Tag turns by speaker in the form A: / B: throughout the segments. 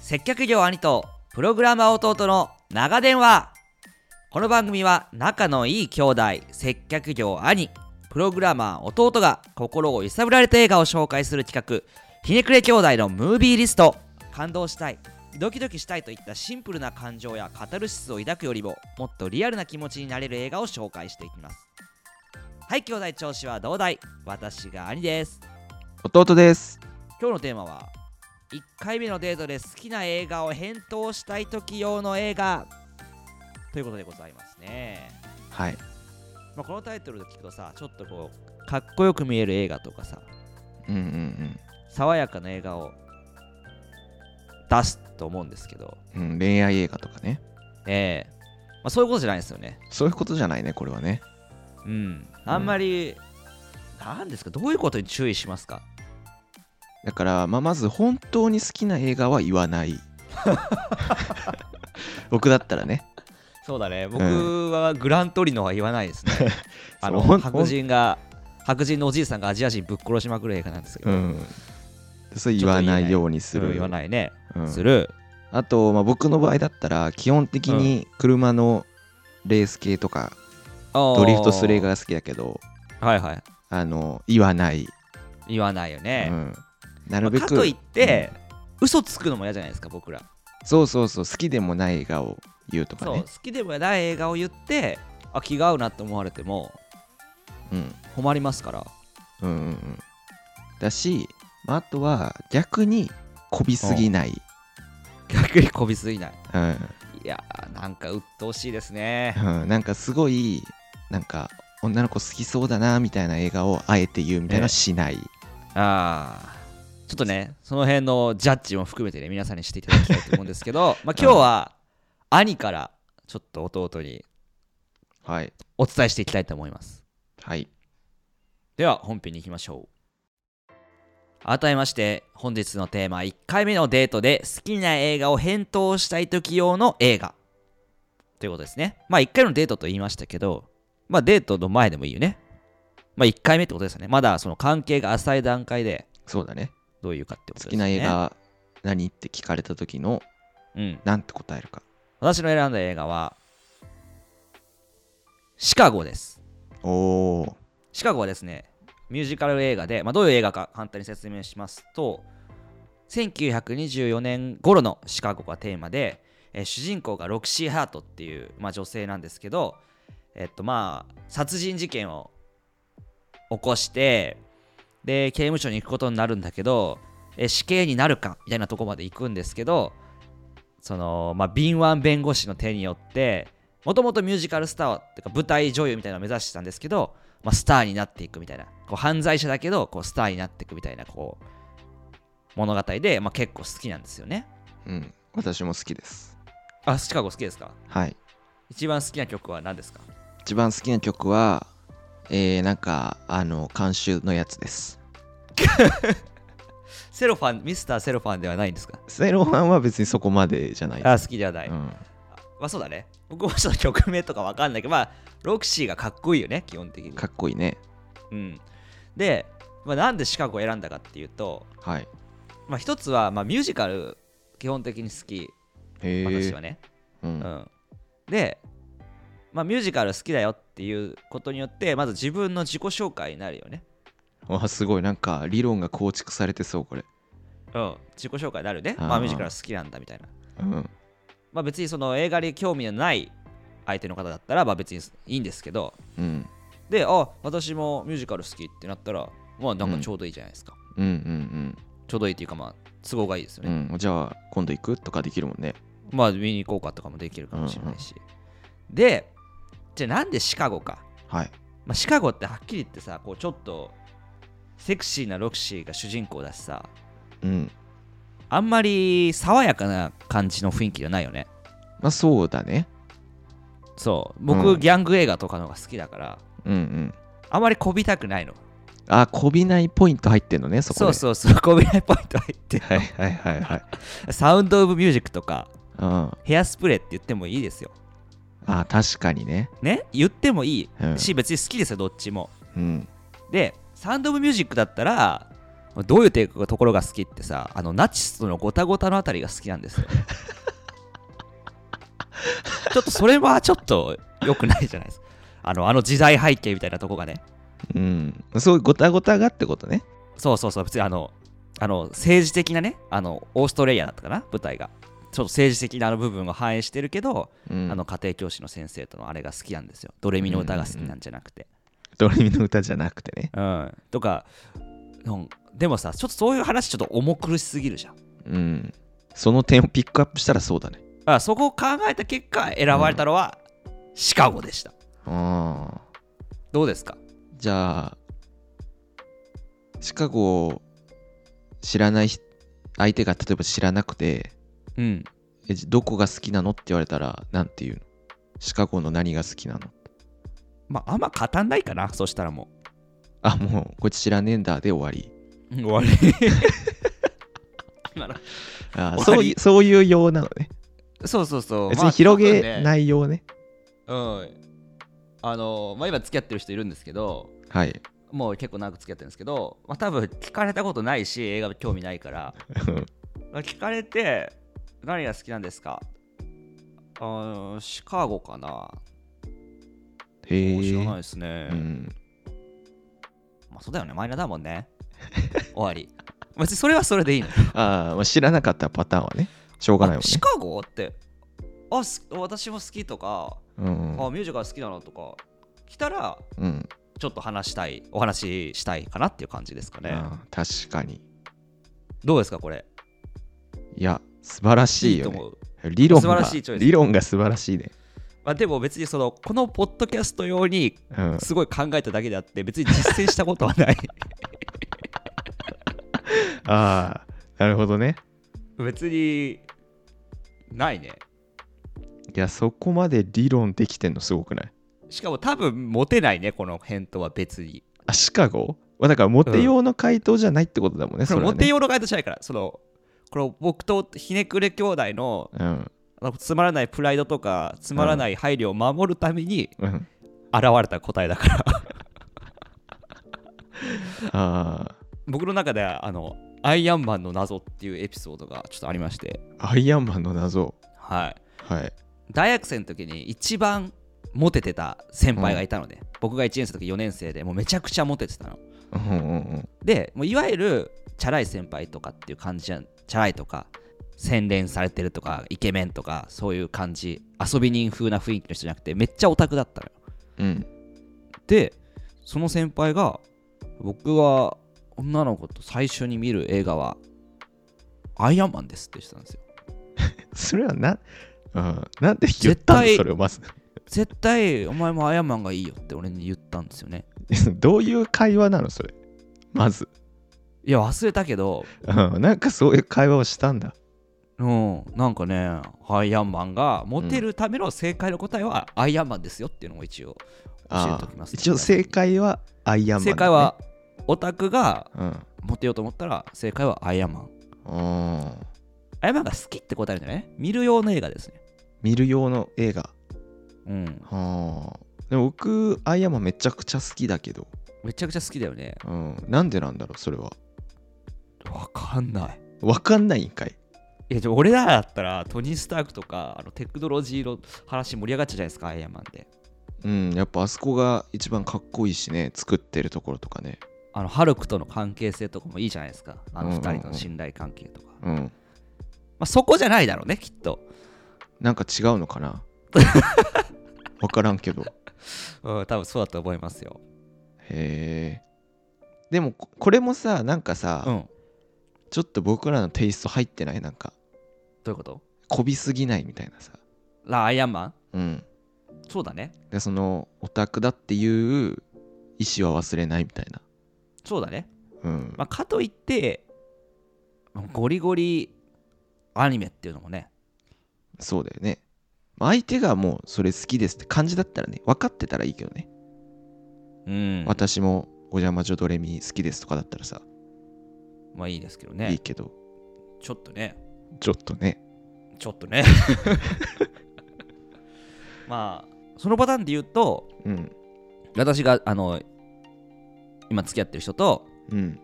A: 接客業兄とプログラマー弟の長電話この番組は仲のいい兄弟接客業兄プログラマー弟が心を揺さぶられた映画を紹介する企画ひねくれ兄弟のムービーリスト感動したいドキドキしたいといったシンプルな感情やカタルシスを抱くよりももっとリアルな気持ちになれる映画を紹介していきますはい兄弟調子はどうだい私が兄です
B: 弟です
A: 今日のテーマは1回目のデートで好きな映画を返答したい時用の映画ということでございますね、
B: はい
A: まあ、このタイトルで聞くとさちょっとこうかっこよく見える映画とかさ
B: うんうん
A: 爽やかな映画を出すと思うんですけど、
B: うん、うん、恋愛映画とかね
A: ええまあ、そういうことじゃないですよね
B: そういうことじゃないねこれはね
A: うんあんまり、なんですかどういうことに注意しますか
B: だから、まあ、まず本当に好きな映画は言わない 僕だったらね
A: そうだね
B: 僕
A: はグラントリノは言わない ですねあの
B: そうほん
A: 白人が白人のおじいさんがアジア人ぶっ殺しまくる映画なんですけど、
B: うんそう言わないようにす
A: それを
B: る
A: 言わないね、
B: うん
A: する
B: あと、まあ、僕の場合だったら基本的に車のレース系とか
A: ド
B: ドリフトする映画が好きだけど
A: はいはい
B: あの言わない、
A: 言わないよね、
B: うん、
A: ま
B: なる
A: あ
B: べ
A: か
B: く、
A: といって、嘘つくのも嫌じゃないですか僕ら、
B: そうそうそう好きでもない映画を言うとか
A: そう
B: ね
A: 好きでもない映画を言ってあ気が合うなって思われても
B: うん
A: 困りますから
B: うんうんうんだし、まあ、あとは逆にこびすぎない、
A: 逆にこびすぎない
B: うん
A: いやーなんか鬱陶しいですね
B: うんなんかすごいなんか女の子好きそうだなみたいな映画をあえて言うみたいなのはしない、
A: ああちょっとねその辺のジャッジも含めてね皆さんにしていただきたいと思うんですけど まあ今日は兄からちょっと弟に
B: はい
A: お伝えしていきたいと思います
B: はい
A: では本編に行きましょう改めまして本日のテーマ1回目のデートで好きな映画を返答したい時用の映画ということですねまあ1回のデートと言いましたけどまあデートの前でもいいよねまあ1回目ってことですよねまだその関係が浅い段階で
B: そうだね
A: どういうかってことで
B: 好
A: す
B: き
A: よね
B: な映画何って聞かれた時の
A: うん
B: なんて答えるか
A: 私の選んだ映画はシカゴです
B: おお
A: シカゴはですね、ミュージカル映画で、まあ、どういう映画か簡単に説明しますと、1924年頃のシカゴがテーマで、えー主人公がロクシー・ハートっていう、まあ、女性なんですけど、えっとまあ、殺人事件を起こして、で、刑務所に行くことになるんだけど、えー死刑になるかみたいなとこまで行くんですけど、その、まあ、敏腕弁護士の手によって、もともとミュージカルスターっていうか舞台女優みたいなのを目指してたんですけど、まあ、スターになっていくみたいなこう犯罪者だけどこうスターになっていくみたいなこう物語で、まあ、結構好きなんですよね
B: うん私も好きです
A: あシカゴ好きですか
B: はい
A: 一番好きな曲は何ですか
B: 一番好きな曲はえー、なんかあの監修のやつです
A: セロファンミスターセロファンではないんですか
B: セイロファンは別にそこまでじゃない
A: あ好きではない、
B: う
A: ま
B: ん、
A: あそうだね僕もちょっと曲名とかわかんないけどまあロクシーがかっこいいよね基本的に
B: かっこいいね
A: うんで、まあ、なんでシカゴを選んだかっていうと、
B: はい
A: まあ、一つは、まあ、ミュージカル基本的に好き
B: へえ
A: 私はね、
B: うん
A: うん、で、まあ、ミュージカル好きだよっていうことによってまず自分の自己紹介になるよね、
B: わすごいなんか理論が構築されてそうこれ
A: うん、自己紹介になるね
B: あー
A: まあ、ミュージカル好きなんだみたいな、
B: うん
A: まあ、別にその映画に興味のない相手の方だったらまあ別にいいんですけど
B: うん
A: であ私もミュージカル好きってなったらまあなんかちょうどいいじゃないですか、
B: うんうん
A: ちょうどいいっていうかまあ都合がいいですよ
B: う
A: ね、
B: んうんじゃあ今度行くとかできるもんね
A: まあ見に行こうかとかもできるかもしれないし、でじゃあなんでシカゴか
B: はい
A: まあ、シカゴってはっきり言ってさこうちょっとセクシーなロクシーが主人公だしさ
B: うん
A: あんまり爽やかな感じの雰囲気じゃないよね
B: まあそうだね
A: そう僕、
B: うん
A: ギャング映画とかの方が好きだから
B: うんうん
A: あまりこびたくないの
B: あこびないポイント入ってんのねそこ
A: そう
B: でう
A: そう そうこびないポイント入って
B: はいはいはい はい
A: サウンド・オブ・ミュージックとか
B: うん
A: ヘアスプレーって言ってもいいですよ
B: あ確かにね
A: ね言ってもいい
B: うん
A: し別に好きですよどっちも
B: うん
A: でサウンド・オブ・ミュージックだったらどういうところが好きってさあのナチスとのゴタゴタのあたりが好きなん ですよちょっとそれはちょっと良くないじゃないですかあのあの時代背景みたいなとこがね
B: うん。そういうごたごたがってことね。
A: そうそうそう、別にあの、あの政治的なね、あのオーストラリアだったかな、舞台が。ちょっと政治的なあの部分を反映してるけど、
B: うん、
A: あの家庭教師の先生とのあれが好きなんですよ。ドレミの歌が好きなんじゃなくて。
B: ドレミの歌じゃなくてね。
A: うんとか、うんでもさ、ちょっとそういう話、ちょっと重苦しすぎるじゃん。
B: うん。その点をピックアップしたらそうだね。
A: あそこを考えた結果、選ばれたのは、シカゴでした。
B: ああ。
A: どうですか
B: じゃあ、シカゴを知らない人相手が例えば知らなくて、
A: うん。
B: えじどこが好きなのって言われたら、なんて言うのシカゴの何が好きなの
A: まあ、あんま語んないかな、そしたらも
B: あ、もう、こいつ知らねえんだで終わり。
A: う。終 わり。今の
B: あー
A: 終
B: そ
A: わ
B: う
A: り
B: いそういう用なのね。
A: そうそうそう。
B: 別
A: まあ
B: に広
A: 多分
B: げ
A: ね
B: ない用ね。
A: うん、あのまあ今付き合ってる人いるんですけど
B: はい。
A: もう結構長く付き合ってるんですけど、まあ、多分聞かれたことないし映画興味ないから
B: うん
A: 聞かれて「何が好きなんですか?」あーシカゴかな、
B: へ
A: もう知らない
B: え。
A: ですね、
B: うん。
A: まあそうだよねマイナーだもんね 終わり別にそれはそれでいいの
B: あーまあ、知らなかったパターンはね、しょうがないも
A: あシカゴってあす私も好きとか、
B: んね。
A: あミュージカル好きなのとか来たら
B: うん。うん。
A: ちょっと話したいお話ししたいかなっていう感じですかね、
B: あー確かに。
A: どうですかこれ
B: いや、素晴らしいよ、
A: と
B: ね。
A: 思う、
B: 理論が
A: 素晴らしいチョイス
B: 理論が素晴らしいね。
A: まあ、でも別にそのこのポッドキャスト用に
B: うん、
A: すごい考えただけであって別に実践したことはない
B: ああ、なるほどね。
A: 別にないね
B: いや、そこまで理論できてんのすごくない
A: しかも多分モテないねこの返答は別に
B: あ、シカゴまあだからモテ用の回答じゃないってことだもんね、
A: そ
B: それ
A: の
B: は
A: モテ
B: ね。
A: 用の回答じゃないからそのこの僕とひねくれ兄弟の
B: うん。
A: あのつまらないプライドとかつまらない配慮を守るために
B: うん、
A: 現れた答えだから
B: あ
A: 僕の中ではあのアイアンマンの謎っていうエピソードがちょっとありまして
B: あ、アイアンマンの謎。
A: はい
B: はい。
A: 大学生の時に一番モテてた先輩がいたので、僕が1年生の時4年生でもうめちゃくちゃモテてたの
B: うんうん
A: でもういわゆるチャラい先輩とかっていう感じじゃんチャラいとか洗練されてるとかイケメンとかそういう感じ遊び人風な雰囲気の人じゃなくてめっちゃオタクだったのよ
B: うん。うん。
A: でその先輩が僕は女の子と最初に見る映画はアイアンマンですって言ってたんですよ
B: それはな、うん、なんで言ったの
A: 絶対
B: それをまず。
A: 絶対お前もアイアンマンがいいよって俺に言ったんですよね
B: どういう会話なのそれ。まず。
A: いや忘れたけど
B: うん、なんかそういう会話をしたんだ。
A: うん、なんかね、アイアンマンがモテるための正解の答えはアイアンマンですよっていうのも一応教えて
B: あ
A: おき
B: あ
A: ます、
B: 一応正解はアイアンマン、
A: 正解は、オタクが
B: うん。
A: モテようと思ったら正解はアイアンマン。
B: うん
A: アイアンマンが好きって答えるんだよね。見る用の映画ですね。
B: 見る用の映画。
A: うん、
B: はあ。でも僕、アイアンマンめちゃくちゃ好きだけど、
A: めちゃくちゃ好きだよね。
B: うん、なんでなんだろう、それは。
A: わかんない。
B: わかんないんかい。
A: いやでも俺らだったらトニー・スタークとかあのテクノロジーの話盛り上がっちゃうじゃないですか、アイアンマンで。
B: うん、やっぱあそこが一番かっこいいしね、作ってるところとかね。
A: あのハルクとの関係性とかもいいじゃないですか。あの二
B: うんうん
A: 人の
B: うん
A: 信頼関係とか。ま
B: うん。
A: あ、そこじゃないだろうね、きっと。
B: なんか違うのか なわからんけど。
A: うん、多分そうだと思いますよ。
B: へえ。でも、ここれもさ、なんかさ、
A: うん。
B: ちょっと僕らのテイスト入ってないなんか、
A: どういうこと
B: こびすぎないみたいなさ。
A: ラアイアンマン
B: うん。
A: そうだね。
B: で、その、オタクだっていう意思は忘れないみたいな。
A: そうだね。
B: うん。
A: まあ、かといって、ゴリゴリアニメっていうのもね。
B: そうだよね。まあ相手がもうそれ好きですって感じだったらね、分かってたらいいけどね。
A: うん。
B: 私もお邪魔女ドレミ好きですとかだったらさ、
A: まあいいですけど
B: いい
A: ね。
B: けど、
A: ちょっとね。
B: ちょっとね。
A: ちょっと ね。まあ、そのパターンで言うと、
B: うん。
A: 私が、あの、今付き合ってる人と、
B: うん。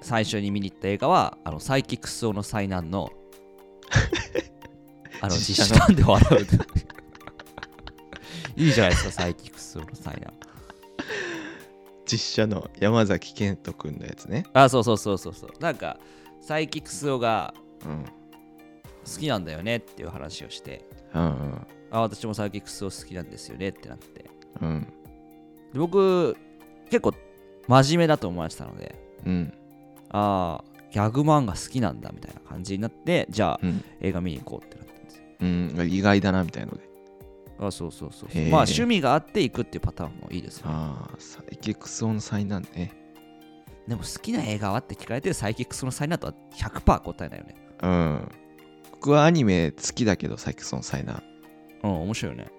A: 最初に見に行った映画はあのサイキックスオの災難のあの
B: 実
A: 実写
B: 写の
A: 版で笑ういいじゃないですかサイキックスオの災難
B: 実写の山崎賢人君のやつね。
A: あそうそうそうそうそうなんかサイキックスオが
B: うん。
A: 好きなんだよねっていう話をして
B: うん
A: あ私もサイキックスオ好きなんですよねってなってで
B: うん。うん。
A: 僕結構真面目だと思われてたので
B: うん。
A: ああギャグ漫画好きなんだみたいな感じになってじゃあ
B: うん。
A: 映画見に行こうってなったんですよ
B: うん、意外だなみたいので。
A: あそうそうそう
B: へー
A: まあ趣味があって行くっていうパターンもいいですよね
B: ああ、サイキックスオの災難ね。
A: でも好きな映画はって聞かれてサイキックスの災難とは100%答えないよね
B: うん。僕はアニメ好きだけど、サイキックスオの災難。
A: うん面白いよね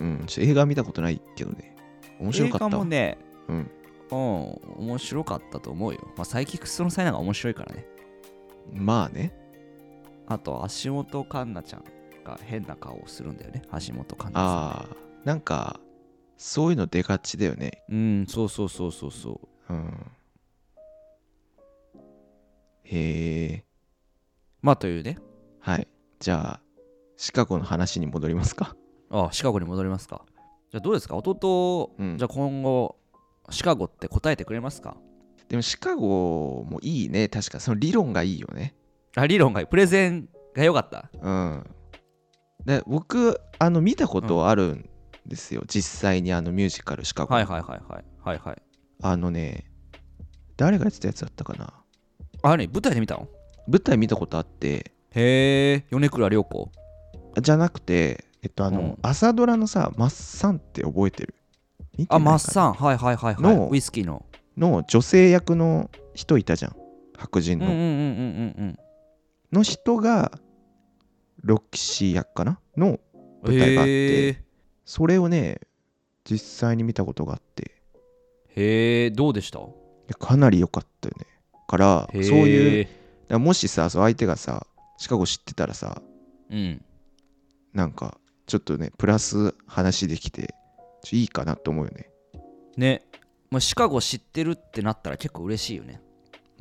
B: うん。ちょ映画見たことないけどね。面白かったわ。
A: 映画もね
B: うん。
A: うん面白かったと思うよ、まあ、サイキックスの災難が面白いからね
B: まあね。
A: あと足元環奈ちゃんが変な顔をするんだよね橋本環奈さん
B: ああ、なんか、そういうの出がちだよね。
A: うんそうそうそうそうそう
B: うん。へえ。
A: まあというね
B: はい。じゃあ、シカゴの話に戻りますか。
A: あシカゴに戻りますかじゃあどうですか弟、
B: うん
A: じゃあ今後シカゴって答えてくれますか
B: でも、シカゴもいいね。確か、その理論がいいよね。
A: あ理論がいいプレゼンが良かった
B: うん。で、僕、あの、見たことあるんですよ。実際にあのミュージカル、シカゴ。
A: はいはいはいはいはいはい
B: あのね、誰がやってたやつだったかな。
A: あれ舞台で見たの
B: 舞台見たことあって、
A: へえ米倉涼子
B: じゃなくて、えっと、あの、
A: うん
B: 朝ドラのさ、マッサンって覚えてる見て
A: あ
B: ないかな
A: マッサンはいはいはいはい
B: の
A: ウイスキーの
B: の女性役の人いたじゃん。白
A: う
B: 人
A: んう
B: の。
A: んうんうん
B: の人が、ロッキシー役かなの、
A: うんうん
B: 舞台があって
A: へえ
B: それをね、実際に見たことがあって、
A: へえどうでした
B: かなり良かったよね。から、そう
A: へえ
B: いう、だからもしさ、そう相手がさ、シカゴ知ってたらさ、
A: うん
B: なんか、ちょっとね、プラス話できて、ちょいいかなと思うよね。
A: ねまあシカゴ知ってるってなったら結構嬉しいよね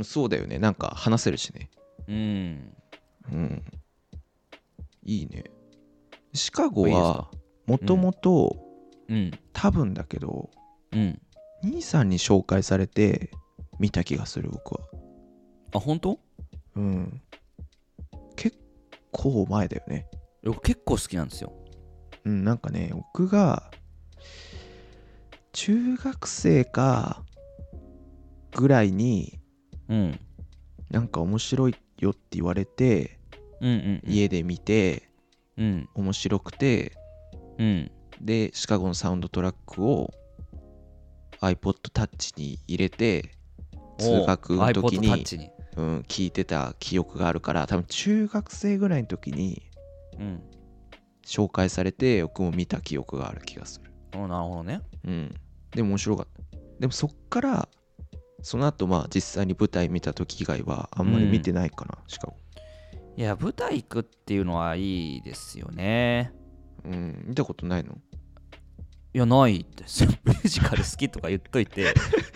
B: そうだよね、なんか話せるしね。
A: うん
B: うん。いいね。シカゴ
A: いいです
B: は
A: か、
B: もともと、
A: うん
B: 多分だけど、
A: うん
B: 兄さんに紹介されて、見た気がする、僕は。
A: あ本当
B: うん。結構前だよね。
A: 僕結構好きなんですよ
B: うん、なんかね、僕が、中学生か、ぐらいに、
A: うん
B: なんか面白いよって言われて、
A: うんうん
B: 家で見て、
A: うん
B: 面白くて、
A: うん
B: でシカゴのサウンドトラックを iPodTouch に入れて通学の時
A: おう iPod タッ
B: に
A: チに
B: うん、聞いてた記憶があるから多分中学生ぐらいの時に
A: うん
B: 紹介されて僕も見た記憶がある気がする
A: おなるほどね
B: うんでも面白かったでもそっからその後まあ実際に舞台見た時以外はあんまり見てないかな、シカゴ
A: いや舞台行くっていうのはいいですよね
B: うん見たことないの
A: いやないですよ ミュージカル好きとか言っとい て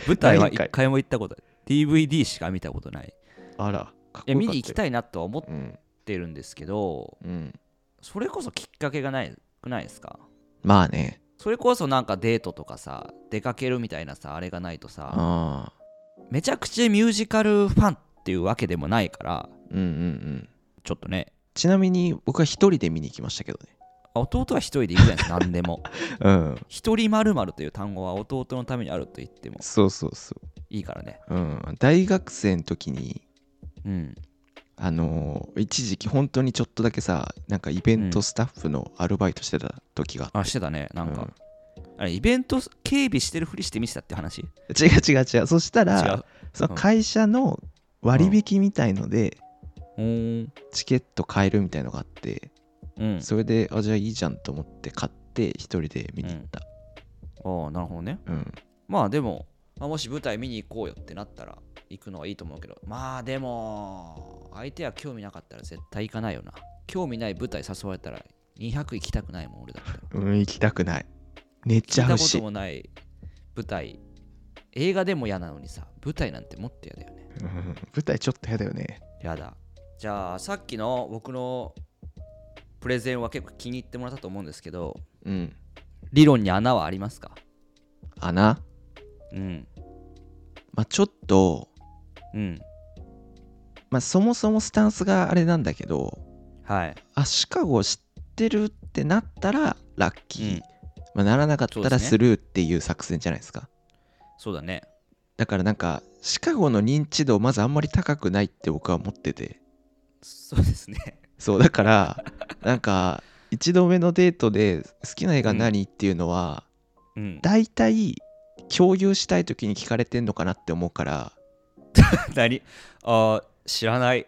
A: 舞台は
B: ないんかい
A: 一回も行ったことない DVD しか見たことない
B: あらかっ
A: いや
B: こよかったよ
A: 見に行きたいなとは思っ
B: うん
A: てるんですけど
B: うん
A: それこそきっかけがないくないですか
B: まあね
A: それこそなんかデートとかさ出かけるみたいなさあれがないとさ
B: ああ
A: めちゃくちゃミュージカルファンっていうわけでもないから
B: うんうんうん
A: ちょっとね
B: ちなみに僕は一人で見に行きましたけどね
A: あ弟は一人で行くじゃないです か何でも
B: うん、
A: 一人まるという単語は弟のためにあると言っても
B: そうそうそ
A: いいからね
B: う。うん、大学生の時に、
A: うん
B: あのー一時期本当にちょっとだけさ、なんかイベントスタッフのアルバイトしてた時があっ
A: あしてたねなんか、
B: うん
A: あれイベント警備してるふりして見せたって話違
B: 違う違う違う。そしたら
A: う、
B: そうの
A: ん
B: 会社の割引みたいので、
A: うーん
B: チケット買えるみたいのがあって、
A: うん
B: それで、あ、じゃあいいじゃんと思って買って、一人で見に行った。
A: ああなるほどね
B: うん。
A: まあでも、まあ、もし舞台見に行こうよってなったら行くのはいいと思うけどまあでも相手は興味なかったら絶対行かないよな興味ない舞台誘われたら200行きたくないもん俺だったら
B: うん、行きたくない。寝ち
A: 聞い
B: ゃ
A: た
B: う
A: こと
B: し。
A: もない舞台映画でも嫌なのにさ舞台なんてもっと嫌だよね
B: うん舞台ちょっと嫌だよね。
A: やだじゃあさっきの僕のプレゼンは結構気に入ってもらったと思うんですけど
B: うん。
A: 理論に穴はありますか
B: 穴
A: うん
B: まあちょっと、
A: うん
B: まあそもそもスタンスがあれなんだけど、
A: はい
B: あ、シカゴ知ってるってなったらラッキー。
A: うん
B: まあ、ならなかった
A: そうで
B: ら
A: すね
B: スルーっていう作戦じゃないですか。
A: そうだね
B: だからなんか、シカゴの認知度まずあんまり高くないって僕は思ってて。
A: そうですね
B: そう だから、なんか、一度目のデートで好きな映画何っていうのは、
A: うん
B: 大体共有したい時に聞かれてんのかなって思うから
A: 何あー知らない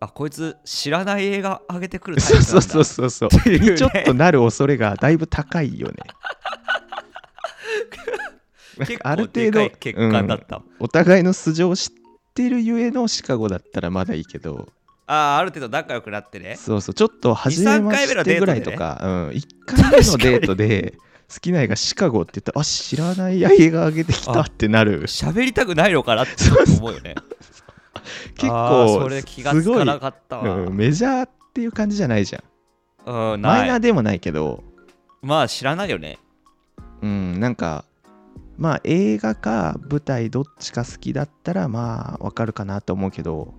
A: あこいつ知らない映画上げてくるタイプ
B: そ
A: なだ
B: うん そうそうそうそう
A: ていうね
B: ちょっとなる恐れがだいぶ高いよね
A: 結
B: あ
A: 構
B: る
A: で
B: 程
A: か
B: 度
A: い結果だった、
B: お互いの素性を知ってるゆえのシカゴだったらまだいいけど
A: あーある程度仲良くなって ね
B: そうそうちょっと初めましてぐらいとか、うん、1回目のデートで好きな映画シカゴって言ったらあ知らない映画上げてきたってなる
A: 喋りたくないのかなって思うよね
B: 結
A: あーそ
B: 構
A: れ気が
B: す
A: つ
B: ご
A: か
B: い、
A: なかったわ
B: うん、メジャーっていう感じじゃないじゃん
A: うん、
B: マイナ
A: な
B: ー
A: い
B: でもないけど
A: まあ知らないよね
B: うん、なんか、まあ映画か舞台どっちか好きだったらまあわかるかなと思うけど、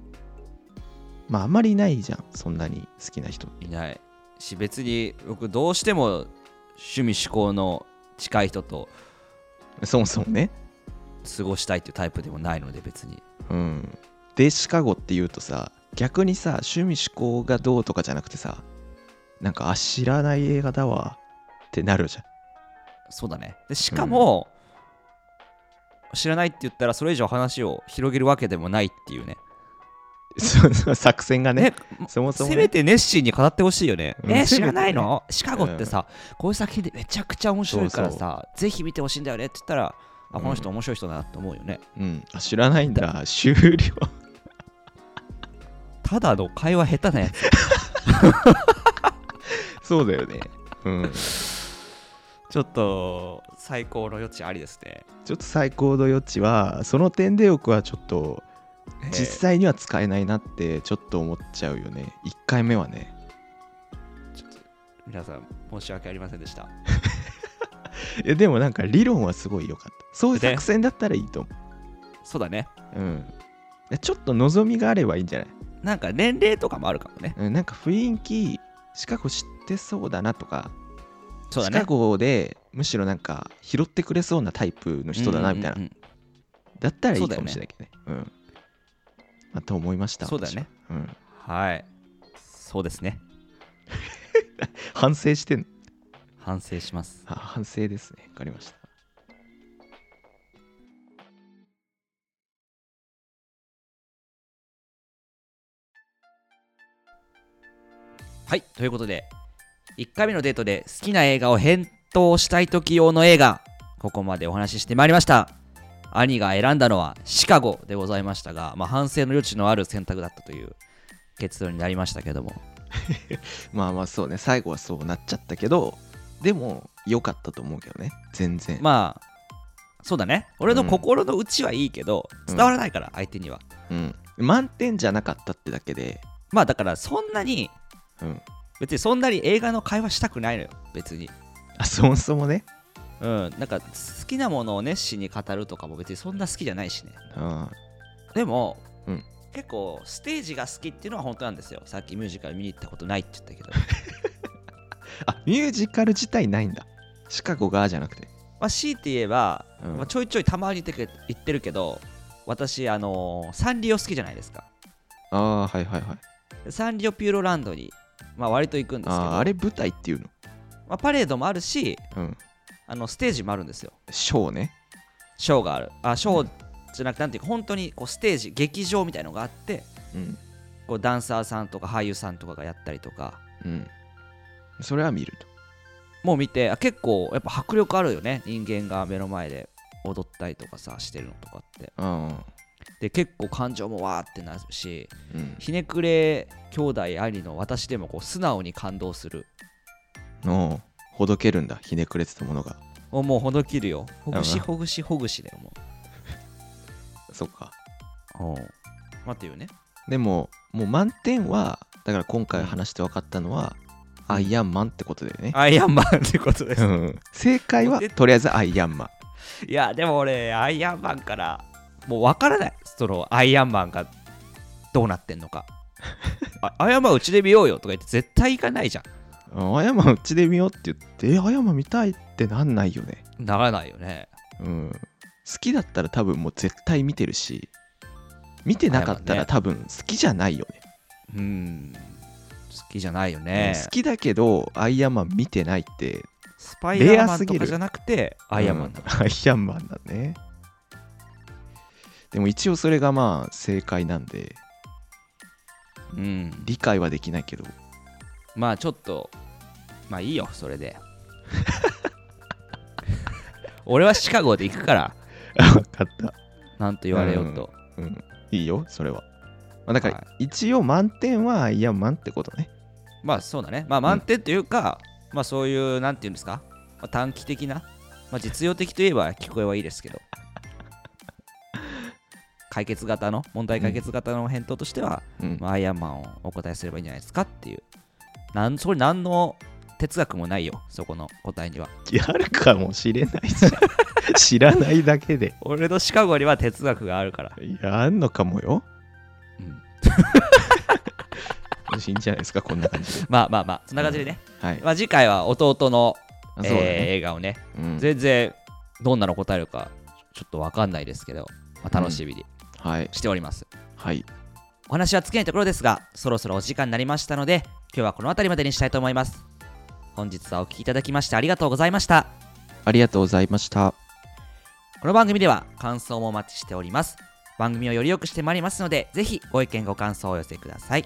B: まああんまりいないじゃん、そんなに好きな人。
A: いないし別に僕どうしても趣味趣向の近い人と
B: そもそもね。
A: 過ごしたいっていうタイプでもないので別に
B: うん。で、シカゴって言うとさ、逆にさ、趣味嗜好がどうとかじゃなくてさ、なんか、あ、知らない映画だわってなるじゃん。
A: そうだねでしかも、知らないって言ったらそれ以上話を広げるわけでもないっていうね
B: そうそう作戦がね。
A: ね
B: そもそも
A: せ
B: ね、
A: めて熱心に語ってほしいよね、
B: うん
A: え
B: せ
A: 知
B: め
A: ら
B: てね
A: ない のシカゴってさ、こういう作品でめちゃくちゃ面白いから
B: そ
A: さぜひ見てほしいんだよねって言ったらあこの人面白い人だなと思うよね、
B: うん。あ、知らないんだ。終了。
A: ただの会話下手なやつ
B: そうだよね。うん。
A: ちょっと最高の余地ありですね
B: ちょっと最高度余地はその点で僕はちょっと実際には使えないなってちょっと思っちゃうよね1回目はね
A: 皆さん申し訳ありませんでした
B: いやでもなんか理論はすごい良かったそういう
A: ね
B: 作戦だったらいいと思
A: そうだね
B: う、うん、ちょっと望みがあればいいんじゃない、
A: なんか年齢とかもあるかもね
B: うん、なんか雰囲気シカゴ知ってそうだなとか、
A: そうだ
B: シ
A: ね
B: カゴでむしろなんか拾ってくれそうなタイプの人だなみたいな、
A: うんうんうん
B: だったらい
A: そう
B: い
A: だよ
B: か
A: ね
B: もしれないけどねうんまあと思いました
A: そうだよね、
B: 私はうん、
A: はいそうですね
B: 反省してんの
A: 反省します
B: あ反省ですねわかりました
A: はいということで1回目のデートで好きな映画を返答したい時用の映画ここまでお話ししてまいりました兄が選んだのはシカゴでございましたが、まあ、反省の余地のある選択だったという結論になりましたけども
B: まあまあそうね最後はそうなっちゃったけどでも良かったと思うけどね全然、
A: まあそうだね俺の心の内はいいけど、
B: うん
A: 伝わらないから相手には
B: うん、満点じゃなかったってだけで、
A: まあだからそんなに
B: うん、
A: 別にそんなに映画の会話したくないのよ別に
B: あそもそもね、
A: うんなんか好きなものを熱心に語るとかも別にそんな好きじゃないしね
B: うん、
A: でも、
B: うん
A: 結構ステージが好きっていうのは本当なんですよさっきミュージカル見に行ったことないって言ったけ ど
B: あミュージカル自体ないんだシカゴがじゃなくて、
A: まあ強いて言えば、
B: うん
A: まあ、ちょいちょいたまに行ってけ行ってるけど私あのーサンリオ好きじゃないですか
B: ああはいはいはい
A: サンリオピューロランドに、まあ、割と行くんですけど
B: あーあれ舞台っていうの、
A: まあ、パレードもあるし
B: うん、
A: あのステージもあるんですよ
B: ショーね
A: ショーがあるあショーじゃなくてなんていうか本当にこうステージ劇場みたいのがあって
B: うん、
A: こうダンサーさんとか俳優さんとかがやったりとか
B: うん、それは見ると
A: もう見てあ結構やっぱ迫力あるよね人間が目の前で踊ったりとかさしてるのとかって
B: あ
A: で結構感情もわーってなるし
B: ーうん
A: ひねくれ兄弟兄の私でもこう素直に感動する
B: のほどけるんだひねくれてたものが
A: もうもうほどきるよほぐ
B: う
A: し
B: ん
A: ほぐしほぐしだよも
B: そっか
A: ほうまあっていうね
B: でももう満点はだから今回話して分かったのは、アイアンマンってことだよね、
A: アイアンマンってことです
B: うん正解はとりあえずアイアンマン
A: いやでも俺アイアンマンからもうわからないそのアイアンマンがどうなってんのかあアイアンマンうちで見ようよとか言って絶対行かないじゃ
B: あやまうちで見ようって言ってえあやま見たいってなんないよね
A: んならないよね
B: うん好きだったら多分もう絶対見てるし見てなかったら
A: あ
B: 多分好きじゃないよね
A: うん好きじゃないよね
B: 好きだけどアイアンマン見てないって
A: スパイダー
B: レ
A: マ
B: ア
A: ン
B: す
A: と
B: ぎ
A: か
B: る
A: じゃなくてアイアンマンとか、
B: うんアイアンマンだねでも一応それがまあ正解なんで
A: うん
B: 理解はできないけど
A: まあちょっとまあいいよそれで俺はシカゴで行くから
B: 分かった
A: なんと言われようと、
B: うんいいよそれは、まあ、だか
A: は
B: ら一応満点はアイアンマンってことね
A: まあそうだねまあ満点というか、まあそういうなんて言うんですか、まあ、短期的な、まあ、実用的といえば聞こえはいいですけど解決型の問題解決型の返答としては、
B: うん、
A: まあ、アイアンマンをお答えすればいいんじゃないですかっていうなんそれ何の哲学もないよそこの答えには
B: やるかもしれな いじゃん知らないだけで
A: 俺のシカゴには哲学があるから、
B: いやあんのかもよ
A: うん
B: 美味しいんじゃないですかこんな感じで
A: まあまあまあそんな感じでね、
B: はい、
A: まあ、次回は弟の、
B: あ
A: え
B: そ
A: ー
B: うだね、
A: 映画をね
B: うん
A: 全然どんなの答えるかちょっと分かんないですけど、まあ、楽しみに
B: はい
A: しております、
B: はい
A: お話は尽きないところですがそろそろお時間になりましたので今日はこの辺りまでにしたいと思います本日はお聞きいただきましてありがとうございました
B: ありがとうございました
A: この番組では感想もお待ちしております番組をより良くしてまいりますのでぜひご意見ご感想をお寄せください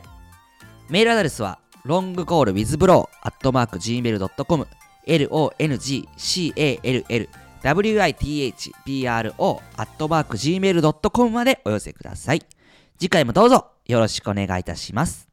A: メールアドレスは longcallwithbro.gmail.com longcallwithbro.gmail.com までお寄せください次回もどうぞよろしくお願いいたします